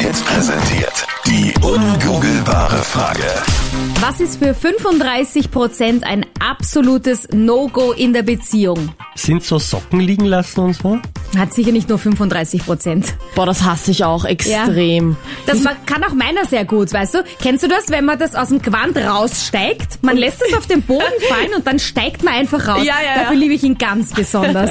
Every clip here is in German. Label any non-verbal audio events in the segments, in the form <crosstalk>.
Hits präsentiert die ungoogelbare Frage. Was ist für 35% ein absolutes No-Go in der Beziehung? Sind so Socken liegen lassen und so? Hat sicher nicht nur 35%. Boah, das hasse ich auch extrem. Das ma- kann auch meiner sehr gut, weißt du? Kennst du das, wenn man das aus dem Quant raussteigt? Man lässt es auf den <laughs> Boden fallen und dann steigt man einfach raus. Ja, ja, ja. Dafür liebe ich ihn ganz besonders.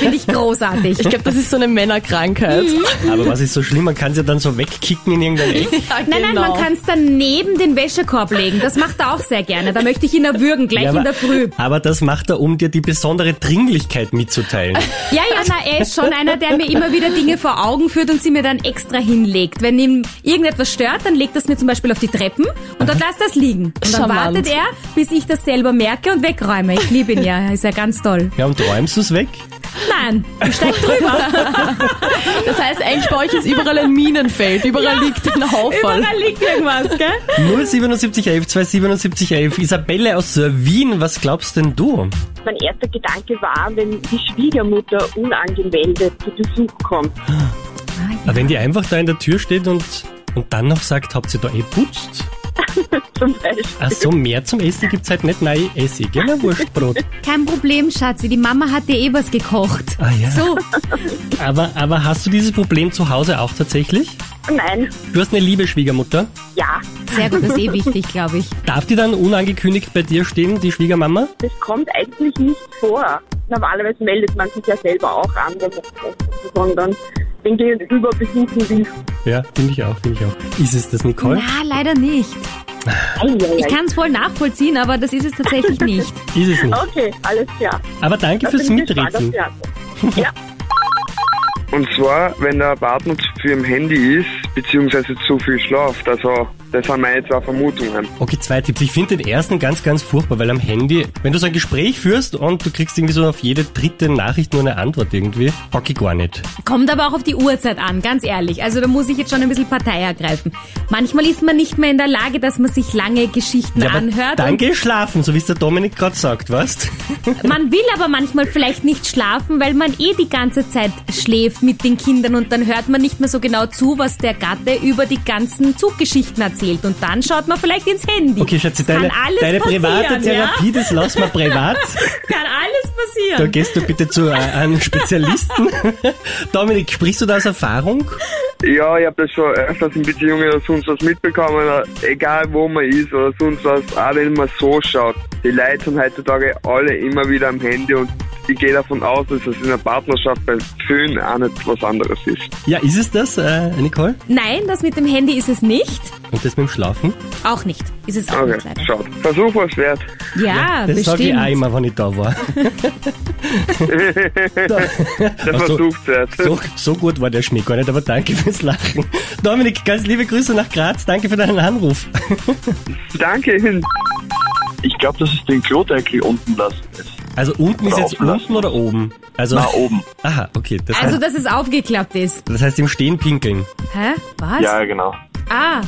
Finde ich großartig. Ich glaube, das ist so eine Männerkrankheit. Mhm. Aber was ist so schlimm? Man kann sie dann so wegkicken in irgendein Eck. <laughs> Ja, genau. Nein, nein, man kann es dann neben den Wäschekorb legen. Das macht er auch sehr gerne. Da möchte ich ihn erwürgen, gleich Ja, in aber, der Früh. aber das macht er, um dir die besondere Dringlichkeit mitzuteilen. Ja, ja, na, er ist schon einer, der mir immer wieder Dinge vor Augen führt und sie mir dann extra hinlegt. Wenn ihm irgendetwas stört, dann legt er es mir zum Beispiel auf die Treppen und dort lässt er es liegen. Und dann Charmant. wartet er, bis ich das selber merke und wegräume. Ich liebe ihn ja, er ist ja ganz toll. Ja, und räumst du es weg? Nein, ich steig drüber. <laughs> Das heißt, eigentlich bei euch ist überall ein Minenfeld. Überall liegt ein Haufen. Überall liegt irgendwas, gell? 07711 27711. Isabelle aus äh, Wien, was glaubst denn du? Mein erster Gedanke war, wenn die Schwiegermutter unangemeldet zu Besuch kommt. Aber wenn die einfach da in der Tür steht und, und dann noch sagt, habt ihr da eh putzt? <laughs> Zum Beispiel. Ach so, mehr zum Essen gibt's halt nicht. Nein, ich esse gerne Wurstbrot. Kein Problem, Schatzi, die Mama hat dir eh was gekocht. Ah ja. So, Aber, aber hast du dieses Problem zu Hause auch tatsächlich? Nein, Du hast eine liebe Schwiegermutter. ja, sehr gut, das ist eh wichtig, glaube ich. Darf die dann unangekündigt bei dir stehen, die Schwiegermama? das kommt eigentlich nicht vor. Normalerweise meldet man sich ja selber auch an, wenn man sondern den Gegenüber besuchen will. Ja, finde ich auch, finde ich auch. Ist es das, Nicole? Na, leider nicht. Ich Eieiei. kann es voll nachvollziehen, aber das ist es tatsächlich nicht. Ist es nicht. Okay, alles klar. Aber danke Da fürs bin ich gespannt auf Mitreden. die Antwort. Und zwar, wenn der Partner zu viel im Handy ist, beziehungsweise zu viel schlaft. Also, das sind meine zwei Vermutungen. Okay, zwei Tipps. Ich finde den ersten ganz, ganz furchtbar, weil am Handy, wenn du so ein Gespräch führst und du kriegst irgendwie so auf jede dritte Nachricht nur eine Antwort irgendwie, bock ich gar nicht. Kommt aber auch auf die Uhrzeit an, ganz ehrlich. Also da muss ich jetzt schon ein bisschen Partei ergreifen. Manchmal ist man nicht mehr in der Lage, dass man sich lange Geschichten aber anhört. dann geh schlafen, so wie es der Dominik gerade sagt, <laughs> weißt? Und man will aber manchmal vielleicht nicht schlafen, weil man eh die ganze Zeit schläft mit den Kindern und dann hört man nicht mehr so genau zu, was der Gatte über die ganzen Zuggeschichten erzählt. Und dann schaut man vielleicht ins Handy. Okay, Schatzi, Kann deine, alles deine passieren, private Therapie, Ja? das lassen wir privat. Kann alles Da passieren. gehst du bitte zu äh, einem Spezialisten. <laughs> Dominik, sprichst du da aus Erfahrung? Ja, ich habe das schon öfters in Beziehungen oder sonst was mitbekommen. Egal wo man ist oder sonst was, auch wenn man so schaut. Die Leute sind heutzutage alle immer wieder am Handy und ich gehe davon aus, dass es in der Partnerschaft bei vielen auch nicht was anderes ist. Ja, ist es das, äh, Nicole? Nein, das mit dem Handy ist es nicht. Und das mit dem Schlafen? Auch nicht. Ist es auch Okay, nicht leider. schaut. Versuch was wert. Ja, Das sage ich auch bestimmt. immer, wenn ich da war. Der Ach so. Versuch zuerst. So, so gut war der Schmäh gar nicht, aber danke fürs Lachen. Dominik, ganz liebe Grüße nach Graz. Danke für deinen Anruf. Danke, hin. Ich glaube, das ist den Klodeckel unten lassen ist. Also unten ist Oder jetzt offen lassen. unten oder oben? Also, Na, oben. Aha, okay. Das, Also, heißt, dass es aufgeklappt ist. das heißt im Stehen pinkeln. Hä? Was? Ja, genau. Ah.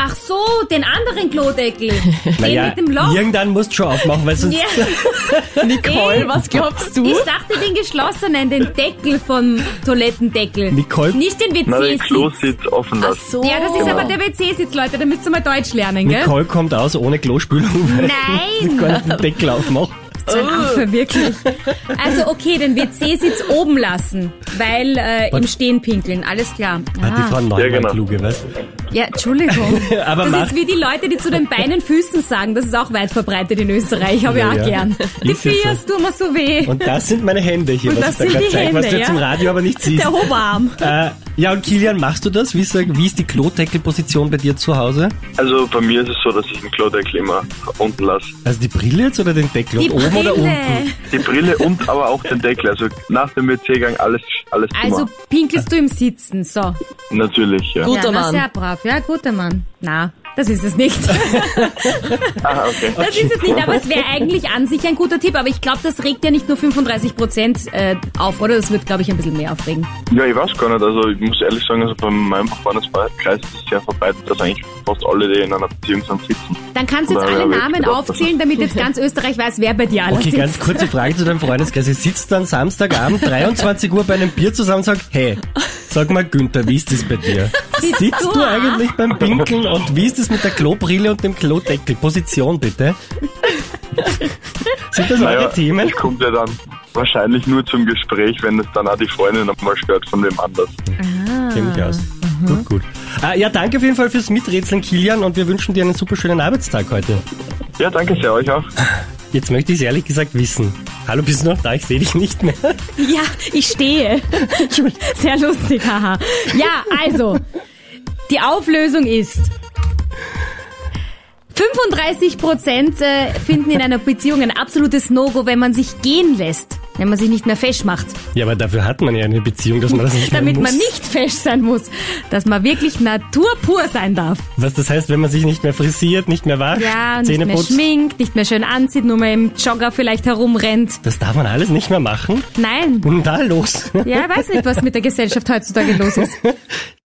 Ach so, den anderen Klodeckel. den mit dem Loch. irgendwann musst du schon aufmachen, weil sonst... Ja, Nicole, was glaubst du? ich dachte den geschlossenen, den Deckel vom Toilettendeckel. Nicole- Nicht den Na, den WC-Sitz. Klositz offen lassen. so. Ja, das ist aber der WC-Sitz, Leute. Da müsst ihr mal Deutsch lernen, gell? Nicole kommt aus ohne Klospülung, <laughs> weil Nein! ich gar nicht den Deckel aufmache. So ein Affe, wirklich. Also okay, den WC-Sitz oben lassen, weil äh, im Stehen pinkeln, alles klar. Ah, die Frau Neumann, genau. kluge, weißt du? <laughs> Ja, Entschuldigung. Aber das mach- ist wie die Leute, die zu den Beinen Füßen sagen. Das ist auch weit verbreitet in Österreich. Habe Ja, ich auch ja. gern. Die Ist ja so. Fiers tun mir so weh. Und das sind meine Hände hier, Und was das ich sind da gerade die zeige, was Hände, du jetzt ja. im Radio aber nicht siehst. Der <laughs> Oberarm. Äh, ja, und Kilian, machst du das? Wie ist, wie ist die Klodeckelposition bei dir zu Hause? Also bei mir ist es so, dass ich den Klodeckel immer unten lasse. Also die Brille jetzt oder den Deckel? Die und oben Brille. oder unten? Die Brille und aber auch den Deckel. Also nach dem WC-Gang alles, alles Also zu pinkelst du im Sitzen, so. machen. Natürlich, ja. Guter ja, na, Mann. sehr brav. Ja, guter Mann. Na, das ist es nicht. <laughs> Ah, okay. Das ist es nicht, aber es wäre eigentlich an sich ein guter Tipp. Aber ich glaube, das regt ja nicht nur 35 Prozent äh, auf, oder? Das wird, glaube ich, ein bisschen mehr aufregen. Ja, ich weiß gar nicht. Also ich muss ehrlich sagen, also bei meinem Freundeskreis ist es sehr verbreitet, dass eigentlich fast alle, die in einer Beziehung sind, sitzen. Dann kannst du jetzt Nein, alle aber ich Namen glaub, das ist- aufzählen, damit jetzt ganz Österreich weiß, wer bei dir alles Okay, sitzt. ganz <laughs> kurze Frage zu deinem Freundeskreis. Ihr sitzt dann Samstagabend 23 Uhr bei einem Bier zusammen und sagt, hey, Sag mal, Günther, wie ist das bei dir? Sitzt Sitzt du du auch? eigentlich beim Pinkeln und wie ist das mit der Klobrille und dem Klodeckel? Position bitte. Sind das eure Themen? das kommt ja dann wahrscheinlich nur zum Gespräch, wenn es dann auch die Freundin einmal stört von dem anders. Ah. Kenn mich aus. Mhm. Gut, gut. Äh, ja, danke auf jeden Fall fürs Miträtseln, Kilian, und wir wünschen dir einen super schönen Arbeitstag heute. Ja, danke sehr euch auch. Jetzt möchte ich es ehrlich gesagt wissen. Hallo, bist du noch da? Ich sehe dich nicht mehr. <laughs> Ja, ich stehe. Sehr lustig, haha. Ja, also, die Auflösung ist. 35% äh, finden in einer Beziehung ein absolutes No-Go, wenn man sich gehen lässt. Wenn man sich nicht mehr fesch macht. Ja, aber dafür hat man ja eine Beziehung, dass man das nicht mehr Damit muss. man nicht fesch sein muss. Dass man wirklich naturpur sein darf. Was das heißt, wenn man sich nicht mehr frisiert, nicht mehr wascht, Ja, und nicht Zähne mehr putzt. schminkt, nicht mehr schön anzieht, nur mehr im Jogger vielleicht herumrennt. Das darf man alles nicht mehr machen. Nein. Und da los. Ja, ich weiß nicht, was mit der Gesellschaft heutzutage los ist.